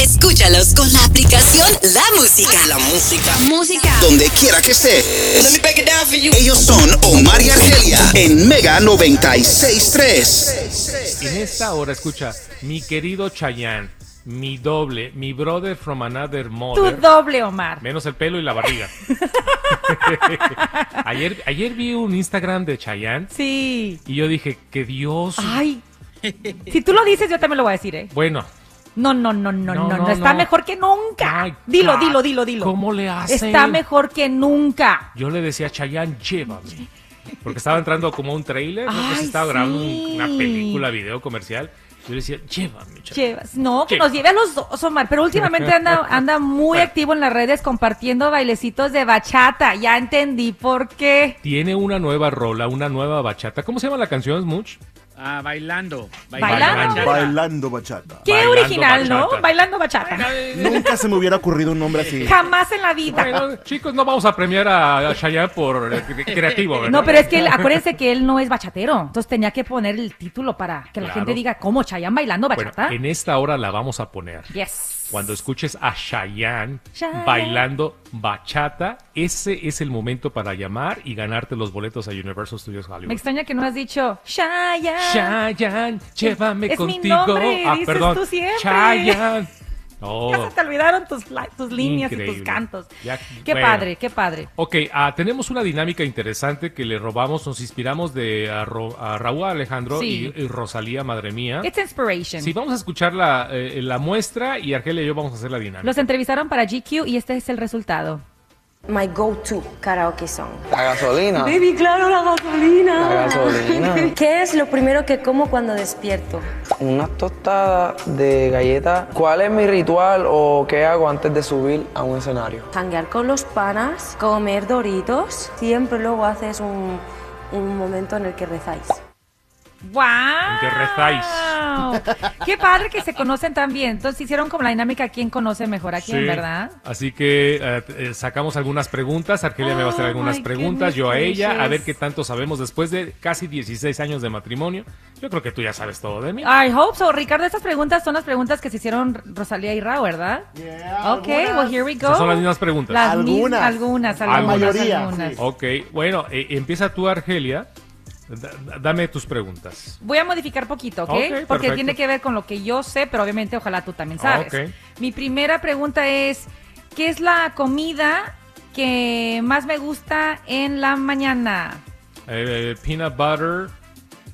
Escúchalos con la aplicación La Música. La música. Música. Donde quiera que estés. Ellos son Omar y Argelia en Mega 963. En esta hora, escucha, mi querido Chayanne, mi doble, mi brother from another Tu mother, doble, Omar. menos el pelo y la barriga. ayer, ayer vi un Instagram de Chayanne Sí. y yo dije, que Dios. Ay. Si tú lo dices, yo también lo voy a decir, ¿eh? Bueno, No, no, no, no, No, no, no. no, Está no. mejor que nunca. Ay, dilo, God. dilo, dilo, dilo. ¿Cómo le hace? Está mejor que nunca. yo le decía a Chayanne, llévame. Porque estaba entrando como un trailer, no sé si Ay, estaba grabando un- sí. una película, video comercial. Yo le decía, llévame, Chayanne. Llevas- No, que Lleva. nos lleve a los dos, Omar. Pero últimamente anda, anda muy activo en las redes compartiendo bailecitos de bachata. Ya entendí por qué. Tiene una nueva rola, una nueva bachata. ¿Cómo se llama la canción, Smuch? Ah, bailando. Bailando. Bachata. Bailando bachata. Qué Bailando original, bachata. ¿no? Bailando bachata. Nunca se me hubiera ocurrido un nombre así. Jamás en la vida. Bueno, chicos, no vamos a premiar a, a Chayanne por eh, cre- creativo, ¿verdad? No, pero es que él- acuérdense que él no es bachatero. Entonces tenía que poner el título para que la Claro. gente diga, ¿cómo Chayanne bailando Bueno, bachata? en esta hora la vamos a poner. Yes. Cuando escuches a Chayanne Chayanne. bailando bachata, ese es el momento para llamar y ganarte los boletos a Universal Studios Me Hollywood. extraña que no has dicho Chayanne. Chayanne, llévame Es mi contigo. nombre, ah, dices perdón. tú siempre. Chayanne. Ya No. se te olvidaron tus, la- tus líneas y Increíble. tus cantos. Ya- qué bueno. padre, qué padre. Ok, ah, tenemos una dinámica interesante que le robamos, nos inspiramos de a Ro- a Raúl Alejandro Sí. y, y Rosalía, madre mía. It's inspiration. Sí, vamos a escuchar la, eh, la muestra y Argelia y yo vamos a hacer la dinámica. Los entrevistaron para GQ y este es el resultado. My go-to karaoke song. La gasolina. Baby, claro, la gasolina. La gasolina. ¿Qué es lo primero que como cuando despierto? Una tostada de galleta. ¿Cuál es mi ritual o qué hago antes de subir a un escenario? Janguear con los panas, comer doritos. Siempre luego haces un, un momento en el que rezáis. ¡Wow! que rezáis. ¡Qué padre que se conocen tan bien! Entonces hicieron como la dinámica quién conoce mejor a quién, Sí. ¿verdad? Así que eh, eh, sacamos algunas preguntas. Argelia me va a hacer Oh, algunas my preguntas, goodness yo a ella, a gracious. ver qué tanto sabemos después de casi 16 años de matrimonio. Yo creo que tú ya sabes todo de mí. I hope so. Ricardo, estas preguntas son las preguntas que se hicieron Rosalía y Ra, ¿verdad? Yeah, ok, well, here we go. Esas son las mismas preguntas. oh, Las mis- Algunas. algunas, La algunas, mayoría, algunas. sí. Ok, bueno, eh, empieza tú, Argelia. Da- da- dame tus preguntas. Voy a modificar poquito, ¿ok? Ok, Porque perfecto. tiene que ver con lo que yo sé, pero obviamente ojalá tú también sabes. Ok. Mi primera pregunta es, ¿qué es la comida que más me gusta en la mañana? Eh, peanut butter,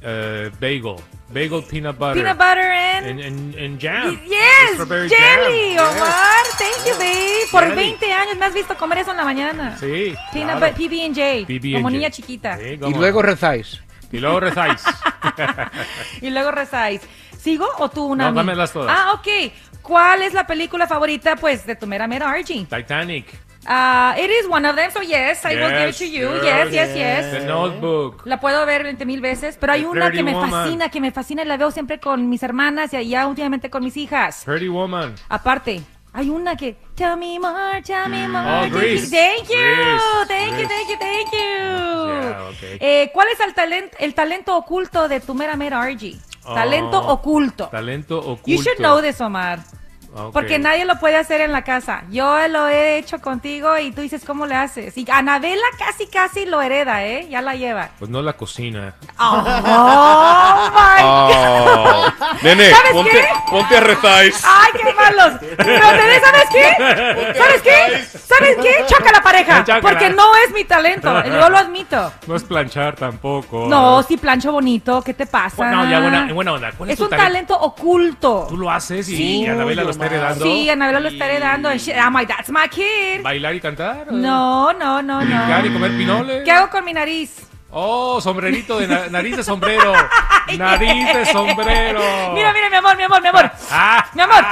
eh, bagel. Bagel, peanut butter. Peanut butter and... And, and- and jam. Yes, Strawberry jelly, jam. Oh, Omar. Thank you, babe. Por Jelly. 20 años me has visto comer eso en la mañana. Sí. Peanut claro. butter, PB&J, PB&J. como niña chiquita. Sí, Y cómo luego no. rezáis. y luego rezáis. Y luego rezáis. ¿Sigo o tú una? No, a mí? dámelas todas. Ah, ok. ¿Cuál es la película favorita, pues, de tu mera mera Archie? Titanic. Ah, it is one of them, so yes, I will give it Yes, to you. yes. Yes, yes, yes. Eh. The Notebook. La puedo ver 20 mil veces, pero hay The una que Pretty me Woman. fascina, que me fascina y la veo siempre con mis hermanas y ya últimamente con mis hijas. Pretty Woman. Aparte, hay una que. Tell me more, tell Mm. me Oh, more. Grease. Thank you, Grease, thank you, Grease. thank you, thank you. Yeah, okay. Eh, ¿Cuál es el, talento el talento oculto de tu mera mera Argy? Talento Oh, oculto. Talento oculto. You should know this, Omar. Ah, ok. Porque nadie lo puede hacer en la casa. Yo lo he hecho contigo y tú dices, ¿cómo le haces? Y Anabela casi, casi lo hereda, ¿eh? Ya la lleva. Pues no la cocina. ¡Oh, my Oh. Nene, ¿Sabes ponte, qué? Ah. ponte a rezáis. ¡Ay, qué malos! Pero Tere, ¿sabes qué? ¿Sabes qué? ¿Sabes qué? Choca la pareja. Chócala. Porque no es mi talento. Yo lo admito. No es planchar tampoco. No, si plancho bonito, ¿qué te pasa? No, ya buena, buena onda. ¿Cuál es, Es tu un talento oculto. Tú lo haces y, Sí. Anabela lo está heredando. Sí, Anabela lo está heredando. And shit, I'm like, that's my kid. ¿Bailar y cantar? No, no, no, ¿Brincar y no. comer pinoles? ¿Qué hago con mi nariz? Oh, sombrerito de na- nariz de sombrero. nariz de sombrero. Mira, mira, mi amor, mi amor, mi amor. Ah, Mi amor,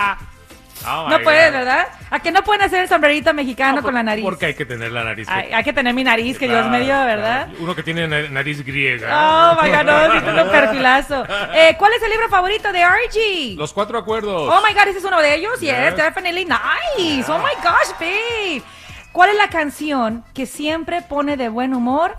oh my no puedes, God. ¿verdad? ¿A que no pueden hacer el sombrerito mexicano con la nariz? Porque hay que tener la nariz. que- Ay, hay que tener mi nariz que Dios Claro, me dio, claro. ¿verdad? Uno que tiene na- nariz griega. Oh my god, no, sí, tengo un perfilazo. Eh, ¿Cuál es el libro favorito de RG? Los cuatro acuerdos. Oh my god, ese es uno de ellos. Yes, Yes. definitely nice. Oh my gosh, babe. ¿Cuál es la canción que siempre pone de buen humor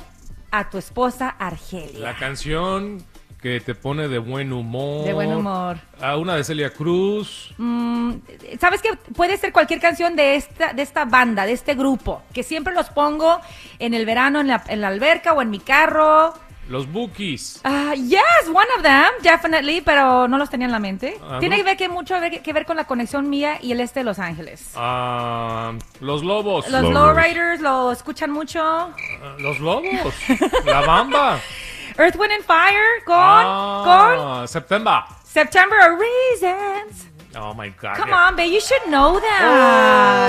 a tu esposa Argelia? La canción que te pone de buen humor. De buen humor. A una de Celia Cruz. Mm, Sabes que puede ser cualquier canción de esta, de esta banda, de este grupo, que siempre los pongo en el verano, en la, en la alberca o en mi carro. Los Bookies. Ah, yes, one of them, definitely, pero no los tenía en la mente. Ah, Tiene no. que ver que mucho ver- que ver con la conexión mía y el este de Los Ángeles. Ah, los Lobos. Los Lowriders lo escuchan mucho. Ah, Los Lobos. La Bamba. Earth, Wind and Fire con, Ah, September. con September of Reasons. Oh my God. Come on, babe, you should know that.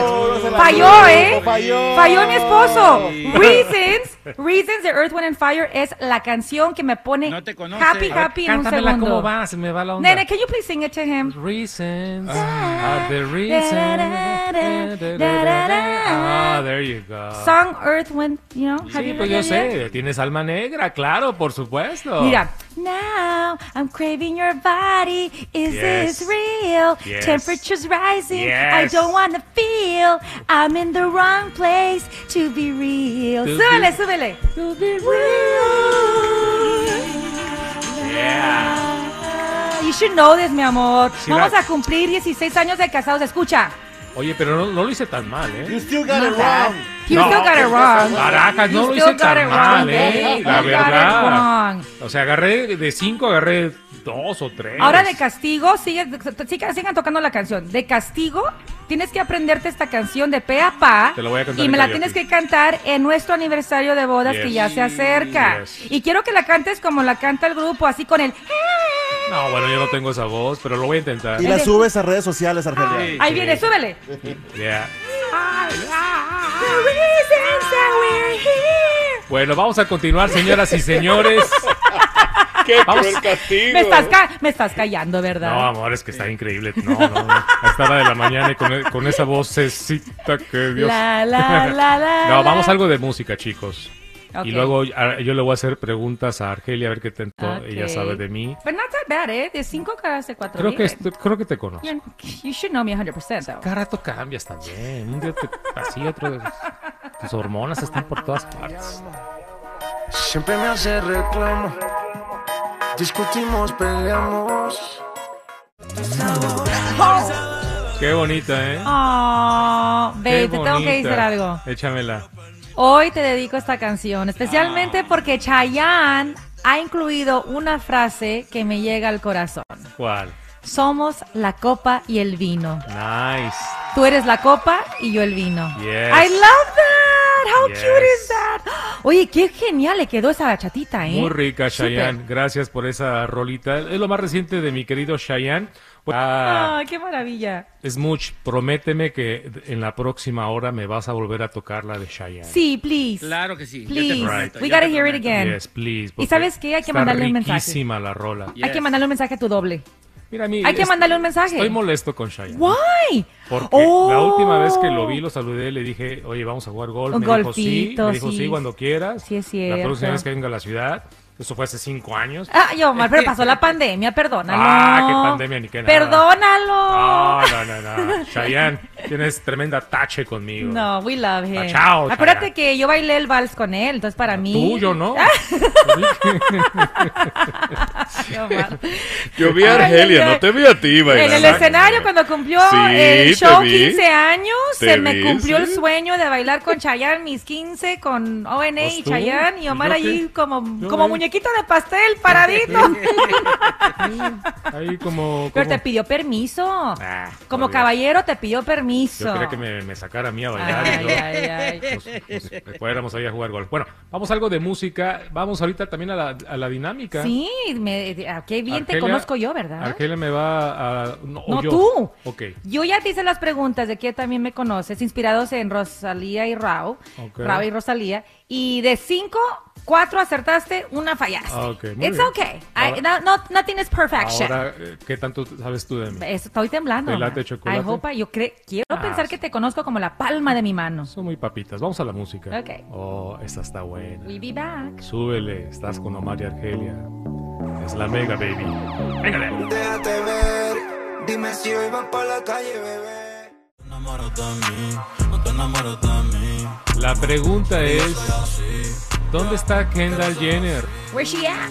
Oh, se la falló, supo, ¿eh? falló. mi esposo. Reasons. Reasons de Earth, Wind and Fire es la canción que me pone No te conoce. happy, A ver, happy en un cántamela, segundo. ¿cómo va? Se me va la onda. Nene, can you please sing it to him? Reasons are the Ah. Da, da, da, da, da, reasons. da, Ah, da. there you go. Song, Earth, Wind, you know? have Sí, you pues heard yo it yet? sé, tienes alma negra, claro, por supuesto. Mira. Now I'm craving your body. Is Yes. this real? Yes. Temperatures rising. I Yes. don't want to feel I'm in the wrong place to be real. To súbele, be- súbele. Yeah. You should know this, mi amor. Sí, Vamos la- a cumplir 16 años de casados. Escucha. Oye, pero no, no lo hice tan mal, ¿eh? still got it wrong. You No. still got it wrong. Caracas, You no lo still hice got tan it mal, wrong, ¿eh? babe. La You got it verdad. wrong. O sea, agarré de cinco, agarré dos o tres. Ahora de castigo, sigue, siga- sigan tocando la canción. De castigo, tienes que aprenderte esta canción de pe a pa. Te la voy a cantar y en me la karaoke. tienes que cantar en nuestro aniversario de bodas que Yes. ya se acerca. Yes. Y quiero que la cantes como la canta el grupo, así con el. "Eh". No, bueno, yo no tengo esa voz, pero lo voy a intentar. Y la subes a redes sociales, Argelia. Ahí viene, súbele. Yeah. The reasons that we're here. Bueno, vamos a continuar, señoras y señores. Qué Vamos. cruel castigo. Me estás, ca- me estás callando, ¿verdad? No, amor, es que está increíble. No, no, no. A esta hora de la mañana y con, e, con esa vocecita que Dios. La, la, la, la, no, vamos la. a algo de música, chicos. Ok. Y luego a- yo le voy a hacer preguntas a Argelia a ver qué tanto Ok. ella sabe de mí. But not that bad, ¿eh? De 5 caras de 4 Creo que, este- creo que te conozco. You, you should know me 100%, though. Cada rato cambias también. Un día te así, otro día- Tus hormonas están por todas partes. Siempre me hace reclamo. Discutimos, peleamos. Qué bonita, ¿eh? Oh, babe, Qué te tengo que decir bonita. algo. Échamela. Hoy te dedico esta canción, especialmente Ah. porque Chayanne ha incluido una frase que me llega al corazón. ¿Cuál? Somos la copa y el vino. Nice. Tú eres la copa y yo el vino. Yes. I love that. How Yes. cute is that? Oye, qué genial le quedó esa bachatita, ¿eh? Muy rica, Súper. Cheyenne. Gracias por esa rolita. Es lo más reciente de mi querido Cheyenne. Ah, Ay, qué maravilla. Smuch, prométeme que en la próxima hora me vas a volver a tocar la de Cheyenne. Sí, please. Claro que sí. Yo te Please. prometo, We yo gotta te hear it prometo. again. Yes, please. ¿Y porque sabes qué? Hay que está mandarle un mensaje. riquísima la rola. Hay que mandarle un mensaje a tu doble. Mira, mi- Hay que es- mandarle un mensaje. Estoy molesto con Cheyenne. Why? Porque Oh. la última vez que lo vi, lo saludé, le dije, oye, vamos a jugar golf. Un Me dijo sí, golfito, me dijo sí. sí cuando quieras. Sí, es La próxima cierto. vez que venga a la ciudad. Eso fue hace cinco años. Ah, yo, Omar, pero pasó la pandemia, perdónalo. Ah, qué pandemia, ni qué nada. Perdónalo. No, no, no, no. Chayanne, tienes tremenda tache conmigo. No, we love him. Ah, chao, Ah, Acuérdate Chayanne. que yo bailé el vals con él, entonces para mí. Tú, yo no. Yo vi a Ay, Argelia, ay, no ay. te vi a ti, En el bailando. escenario, cuando cumplió Sí, el te show vi. 15 años, Te se me vi, cumplió el sí. sueño de bailar con Chayanne, mis 15, con ONA y Pues tú, Chayanne, y Omar yo allí qué. como, Yo como ahí. muñequito de pastel, paradito. Ahí como. Pero te como- pidió permiso. Ah, Como por Dios. caballero te pidió permiso. Yo quería que me, me sacara a mí a bailar. y Ay, yo- ay, ay. que fuéramos ahí a jugar golf. Bueno, vamos a algo de música. Vamos ahorita también a la, a la dinámica. Sí, me, de- ah, qué bien Argelia- te conozco yo, ¿verdad? Argelia me va a... No, o No, yo. tú. Ok. Yo ya te hice las preguntas de que también me conoces, inspirados en Rosalía y Rao. Ok. Rao y Rosalía. Y de cinco, cuatro acertaste, una fallaste. Ah, ok, muy It's bien. okay. I- Ahora- no, no- nothing is perfection. Ahora, eh, ¿qué tanto sabes tú de mí? Es- Estoy temblando. ¿Te late Omar. chocolate? I hope I- yo cre- quiero Ah, pensar sí. que te conozco como la palma de mi mano. Son muy papitas. Vamos a la música. Ok. Oh, esta está buena. We'll be back. Súbele. Estás con Omar y Argelia. Es la mega, baby. Déjate ver, dime si hoy vas para la calle, bebé. La pregunta es... ¿Dónde está Kendall Jenner? Where she at?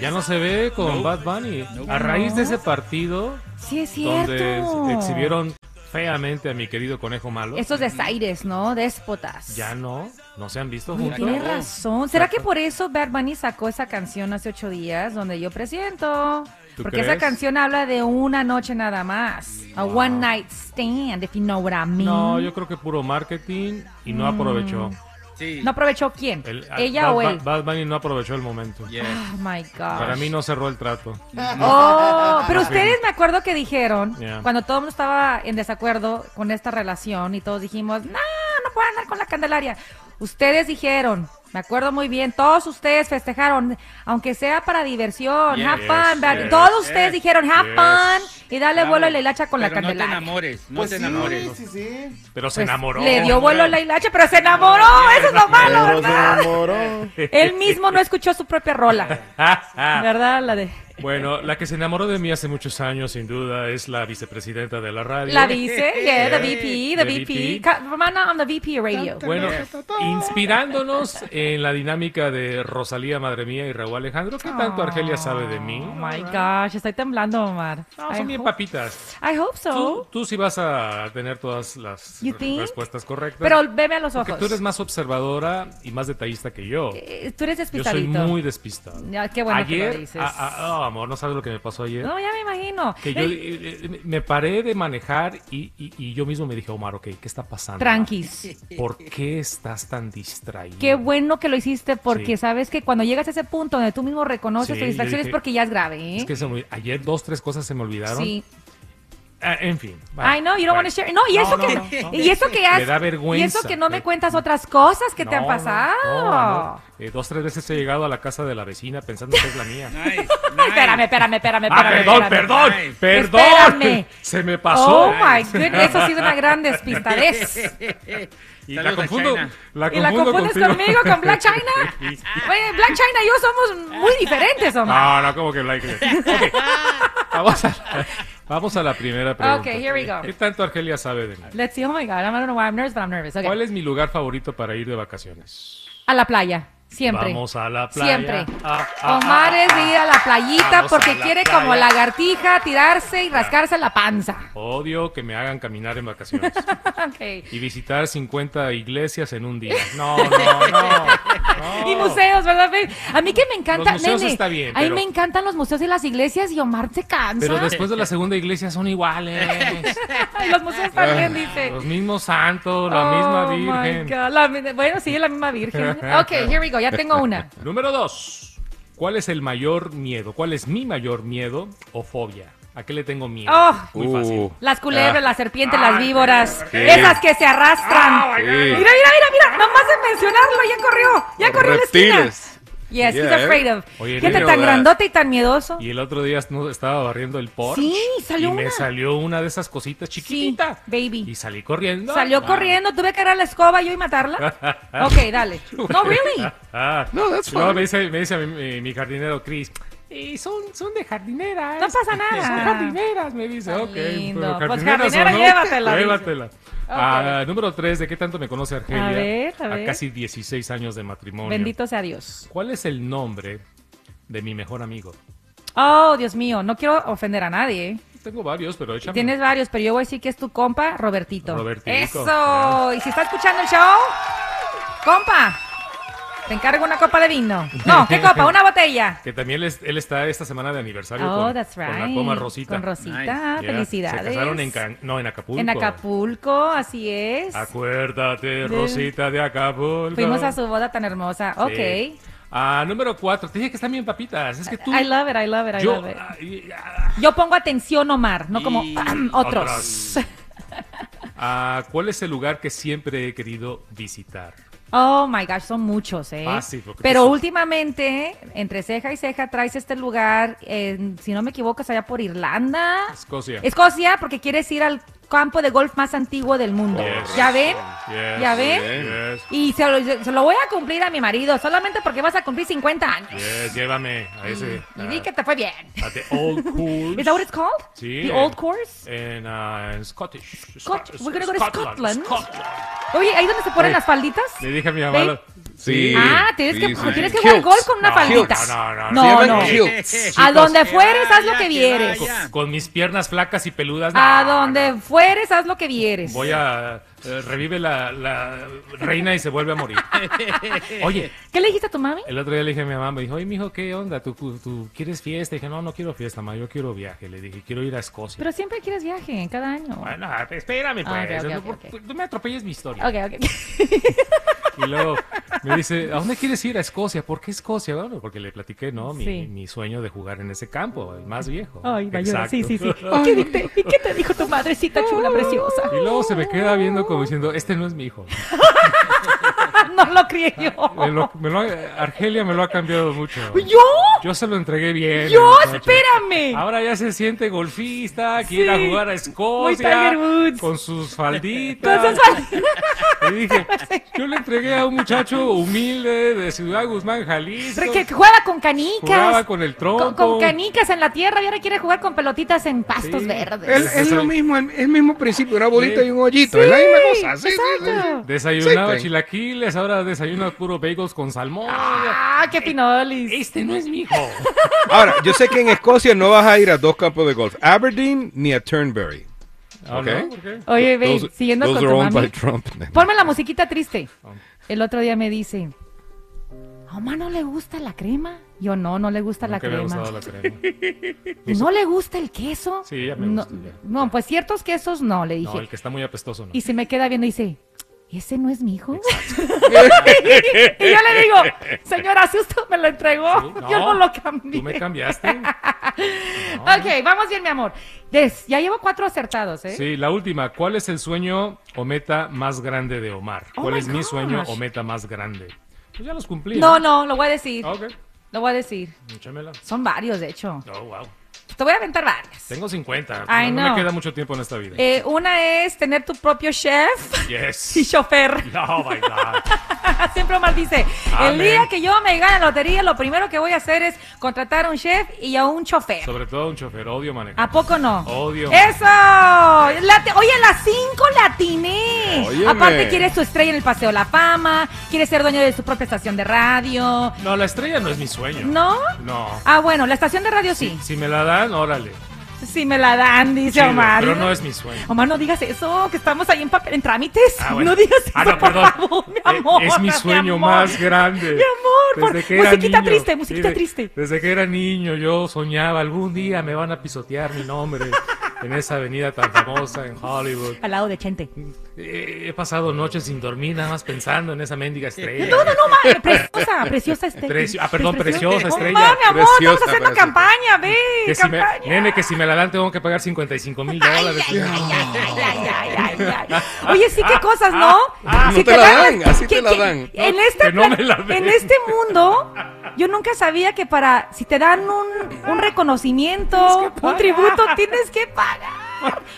Ya no se ve con Bad Bunny. A raíz de ese partido... Sí, es cierto. donde exhibieron feamente a mi querido conejo malo. Esos desaires, ¿no? Déspotas. Ya no, no se han visto Oye, juntos. Tienes razón. ¿Será que por eso Bad Bunny sacó esa canción hace ocho días donde yo presiento? ¿Tú Porque esa crees? canción habla de una noche nada más. A one night stand, if you know what I mean. No, yo creo que puro marketing y no Mm. aprovechó. ¿No aprovechó quién? El- ah, ¿Ella Bad- o él? Bad Bunny no aprovechó el momento. Oh my God. Para mí no cerró el trato. Oh, pero No, sí. ustedes me acuerdo que dijeron, Yeah. cuando todo el mundo estaba en desacuerdo con esta relación y todos dijimos, no, no puedo andar con la Candelaria. Ustedes dijeron, me acuerdo muy bien, todos ustedes festejaron, aunque sea para diversión, Yes, have fun, yes, but- yes, todos yes, ustedes dijeron, have yes. fun, y dale Claro. vuelo a la hilacha con la Pero No te Candelaria. Pues, enamores, no Pues te sí, enamores. sí, sí. Pero se enamoró. Le dio vuelo a la hilacha, pero se enamoró, eso es lo malo, Pero se ¿verdad? enamoró. Él mismo no escuchó su propia rola, ¿verdad? La de... Ah, bueno, la que se enamoró de mí hace muchos años, sin duda, es la vicepresidenta de la radio. La dice, yeah, the VP, the The VP. VP. Ca- Romana on the VP radio. Bueno, inspirándonos en la dinámica de Rosalía, Madre Mía y Raúl Alejandro, ¿qué tanto Argelia sabe de mí? Oh my gosh, estoy temblando, Omar. No, I son bien hope- papitas. I hope so. Tú, tú sí vas a tener todas las You re- think? respuestas correctas. Pero veme a los Porque ojos. tú eres más observadora y más detallista que yo. Eh, tú eres yo soy despistadito. muy despistado. Ya, qué bueno que lo ayer, dices. ah, ah, oh, amor, no sabes lo que me pasó ayer. No, ya me imagino. que yo Ey, eh, eh, me paré de manejar y, y- y yo mismo me dije, Omar, ok, ¿qué está pasando? Tranquis. ¿Por qué estás tan distraído? Qué bueno que lo hiciste porque Sí. sabes que cuando llegas a ese punto donde tú mismo reconoces Sí, tu yo distracción es dije- porque ya es grave, ¿eh? Es que se me- ayer dos, tres cosas se me olvidaron. sí. Ah, en fin. va. Ay, no, you don't want to share. No, y No, eso no, que no, no. y eso que has Me da vergüenza. Eh, y eso que no me cuentas otras cosas que te No, han no, pasado. no, amor. Eh, dos, tres veces he llegado a la casa de la vecina pensando que es la mía. Espérame, espérame, espérame, Ah, espérame. perdón, espérame. perdón, perdón. Espérame. Se me pasó. Oh my goodness, eso ha sido una gran despistadez. Y Saludos la a confundo, China. la ¿Y la confundo confundes conmigo, con Black China? Sí. Oye, Black China y yo somos muy diferentes, Omar. No, no, como que Black China. Ok, Vamos, a la, vamos a la primera pregunta. Ok, here we go. ¿Qué tanto Argelia sabe de mí? Let's see, oh my God, I don't know why I'm nervous, but I'm nervous. Okay. ¿Cuál es mi lugar favorito para ir de vacaciones? A la playa, siempre. Vamos a la playa. Siempre. Ah, ah, Omar ah, es de ir a la playita Vamos a porque la quiere playa. como lagartija tirarse y rascarse la panza. Odio que me hagan caminar en vacaciones Ok. y visitar 50 iglesias en un día. No, no, no. Y museos, ¿verdad? Fer? A mí que me encanta, Los museos nene, está bien, a mí pero- me encantan los museos y las iglesias y Omar se cansa. Pero después de la segunda iglesia son iguales. Ay, los museos también, dice. Los mismos santos, pues, la Oh, misma my virgen. God. La mi- bueno, sí, la misma virgen. Ok, here we go, ya tengo una. Número dos. ¿Cuál es el mayor miedo? ¿Cuál es mi mayor miedo o fobia? ¿A qué le tengo miedo? Oh. Muy fácil. Las culebras, Ah. las serpientes, las víboras, sí. esas que se arrastran. Ah, my God. Mira, mira, mira, mira, nomás de mencionarlo, ya corrió, ya corrió a la esquina. Reptiles. Yes, he's Yeah, eh. afraid of. Oye, Gente nene, tan ¿verdad? grandote y tan miedoso. Y el otro día no- estaba barriendo el porche. Sí, salió y me una. salió una de esas cositas Sí, chiquititas. baby. Y salí corriendo. Salió Ah. corriendo, tuve que agarrar la escoba yo y matarla. ok, dale. No, really. Ah. No, that's Y luego fine. me dice, me dice a mi, mi- mi jardinero Chris. "Eh, son, son de jardineras. No pasa nada. Son jardineras, me dice. Tan ok, lindo. pero Pues jardineras o jardinera, no, llévatela, dice. Llévatela. Ah, número tres, ¿de qué tanto me conoce Argelia? A ver, a ver. casi 16 años de matrimonio. Bendito sea Dios. ¿Cuál es el nombre de mi mejor amigo? Oh, Dios mío, no quiero ofender a nadie. eh. Tengo varios, pero échame. Tienes varios, pero yo voy a decir que es tu compa, Robertito. Robertico. Eso. Y si está escuchando el show, compa, te encargo una copa de vino. No, ¿qué copa? Una botella. Que también él, es- él está esta semana de aniversario Oh, con, that's con la right. coma Rosita. Con Rosita, felicidades. Se casaron en, Can- no, en Acapulco. En Acapulco, así es. Acuérdate, Rosita de Acapulco. Fuimos a su boda tan hermosa. Ok. Sí. Ah, número cuatro. Te dije que están bien papitas. Es que tú... I love it, I love it, I Yo- ah. love it. Yo pongo atención, Omar, no como otros. Ah, ¿Cuál es el lugar que siempre he querido visitar? Oh my gosh, son muchos, ¿eh? Ah, sí, porque Pero tú- últimamente, entre ceja y ceja, traes este lugar, en- si no me equivoco, es allá por Irlanda. Escocia. Escocia, porque quieres ir al campo de golf más antiguo del mundo. Oh, Yes. ¿Ya ven? Yes, ¿Ya ven? yes, Y se lo, se lo voy a cumplir a mi marido, solamente porque vas a cumplir 50 años. yes, llévame a ese... ah, Y a- di que te fue bien. a the old course. Is that what it's called? Sí. The en- old course? En, ah, en Scottish. Scot- Sc- we're gonna go to Scotland. Scotland. Oye, ¿ahí donde se ponen Oye, las falditas? Le dije a mi mamá. Ve- lo- Ah, tienes que- tienes que jugar Kilts. golf con una No, faldita. No, no, No, no. no. Kilts. A donde Chicos, fueres, haz lo que vieres. con- Con mis piernas flacas y peludas. no. A donde fueres, haz lo que vieres. Voy a. eh, revive la, la reina y se vuelve a morir. Oye, ¿Qué le dijiste a tu mami? el otro día le dije a mi mamá, me dijo, oye, mijo, ¿qué onda? ¿Tú, tú quieres fiesta? Y dije, no, no quiero fiesta, ma, yo quiero viaje. Le dije, quiero ir a Escocia. Pero siempre quieres viaje, cada año. Bueno, espérame, pues. Ah, ok, ok, no, ok, por- ok. No me atropelles mi historia. Ok, ok. Y luego me dice, ¿a dónde quieres ir? A Escocia. ¿Por qué Escocia? Bueno, porque le platiqué, ¿no? Mi, Sí. mi sueño de jugar en ese campo, el más viejo. Ay, mayor. Exacto. Sí, sí, sí. ¿Y qué, dite- y qué te dijo tu madrecita chula, preciosa? Y luego se me queda viendo como diciendo, este no es mi hijo. Ah, no lo crié yo. Me lo- me lo ha- Argelia me lo ha cambiado mucho. ¿Yo? Yo se lo entregué bien. ¡Yo! muchacho. ¡Espérame! Ahora ya se siente golfista, quiere Sí. jugar a Muy Escocia Tiger Woods. con sus falditas. Entonces, ay, Y dije, yo le entregué a un muchacho humilde de Ciudad Guzmán, Jalisco. que que juega con canicas. Jugaba con el tronco. Con, con canicas en la tierra y ahora quiere jugar con pelotitas en pastos verdes. Es, es lo mismo, el, el mismo principio, una bolita Sí. y un hoyito, Sí, es la misma cosa. sí, sí, exacto. sí. Desayunaba Sí, sí. chilaquiles, ahora desayuna puro bagels con salmón. Ah, qué pinolis. Este no es mi hijo. Ahora, yo sé que en Escocia no vas a ir a dos campos de golf, Aberdeen ni a Turnberry. Ah, ¿Ok? ¿no? ¿Por qué? Oye, babe, Those- siguiendo those con are tu owned mami. by Trump. Ponme la musiquita triste. Oh. El otro día me dice, ¿a Omar no le gusta la crema? Yo no, no le gusta la Nunca me ha crema. gustado la crema. ¿No le gusta el queso? Sí, ya me no, gusta, ya. no, pues ciertos quesos no, le dije. No, el que está muy apestoso, ¿no? Y se me queda viendo y dice, ¿ese no es mi hijo? y yo le digo, señora, si usted me lo entregó, no, yo no lo Tú cambié. me cambiaste. Ok, vamos bien, mi amor. Des, ya llevo cuatro acertados, ¿eh? Sí, la última. ¿Cuál es el sueño o meta más grande de Omar? Oh ¿Cuál my es mi gosh. sueño o meta más grande? Pues ya los cumplí. No, no, lo voy a decir. Ok. Lo voy a decir. Échamela. Son varios, de hecho. Oh, wow. Te voy a aventar varias. Tengo 50. I no, no know. me queda mucho tiempo en esta vida. Eh, una es tener tu propio chef yes. y chofer. Oh, my God. Siempre Omar dice, el Amén. día que yo me gane la lotería, lo primero que voy a hacer es contratar a un chef y a un chofer. Sobre todo un chofer. Odio manejar. ¿A poco no? Odio. ¡Eso! La te- Oye, a las 5 la atiné. Óyeme. Aparte, quieres tu estrella en el Paseo de la Fama, quieres ser dueño de tu propia estación de radio. No, la estrella no es mi sueño. Ah. ¿No? No. Ah, bueno, la estación de radio sí. Si me la dan, órale. Sí, me la dan, dice Chido, Omar. pero no es mi sueño. Omar, no digas eso, que estamos ahí en, papel- en trámites. Ah, bueno. No digas eso, Ah, no, por perdón. favor, mi amor. es mi sueño amor. más grande. Mi amor, por- musiquita triste, musiquita desde- triste. Desde que era niño yo soñaba, algún día me van a pisotear mi nombre en esa avenida tan famosa en Hollywood. Al lado de Chente. Eh, He pasado noches sin dormir, nada más pensando en esa mendiga estrella. No, no, no, ma- eh, preciosa, preciosa este, estrella. Preci- ah, perdón, preciosa estrella. Omar, mi amor, estamos Preciosa, haciendo preciosa. campaña, ve, Que si me- campaña. nene, que si me la dan tengo que pagar 55 mil dólares. Oye, sí, qué cosas, ¿no? ah, Sí no te la dan, así te la dan. En No, este, que no pla- me la den. en este mundo, yo nunca sabía que para, si te dan un, un reconocimiento, un tributo, tienes que pagar.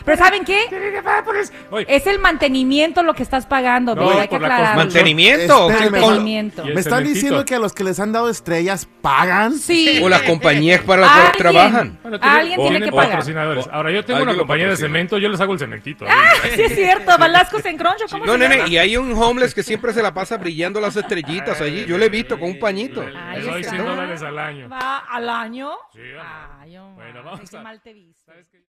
Pero ¿saben qué? Es el mantenimiento lo que estás pagando, No, Bill, y hay que por la aclararlo. ¿Mantenimiento? Espérame, Con- Mantenimiento. Y el ¿Me están cementito. diciendo que a los que les han dado estrellas pagan? Sí. O las compañías para las Alguien. que trabajan. Bueno, tiene- Alguien tiene que pagar. patrocinadores. Ahora, yo tengo Alguien una lo compañía de patrocina. cemento, yo les hago el cementito. Ah, Sí, es cierto, Balascos en Croncho, ¿cómo No, se nene, llama? y hay un homeless que siempre se la pasa brillando las estrellitas allí. Yo le he visto con un pañito. Le doy 100 dólares al año. ¿Va al año? Sí, hombre. Ay, hombre, Bueno, vamos qué a- mal te viste.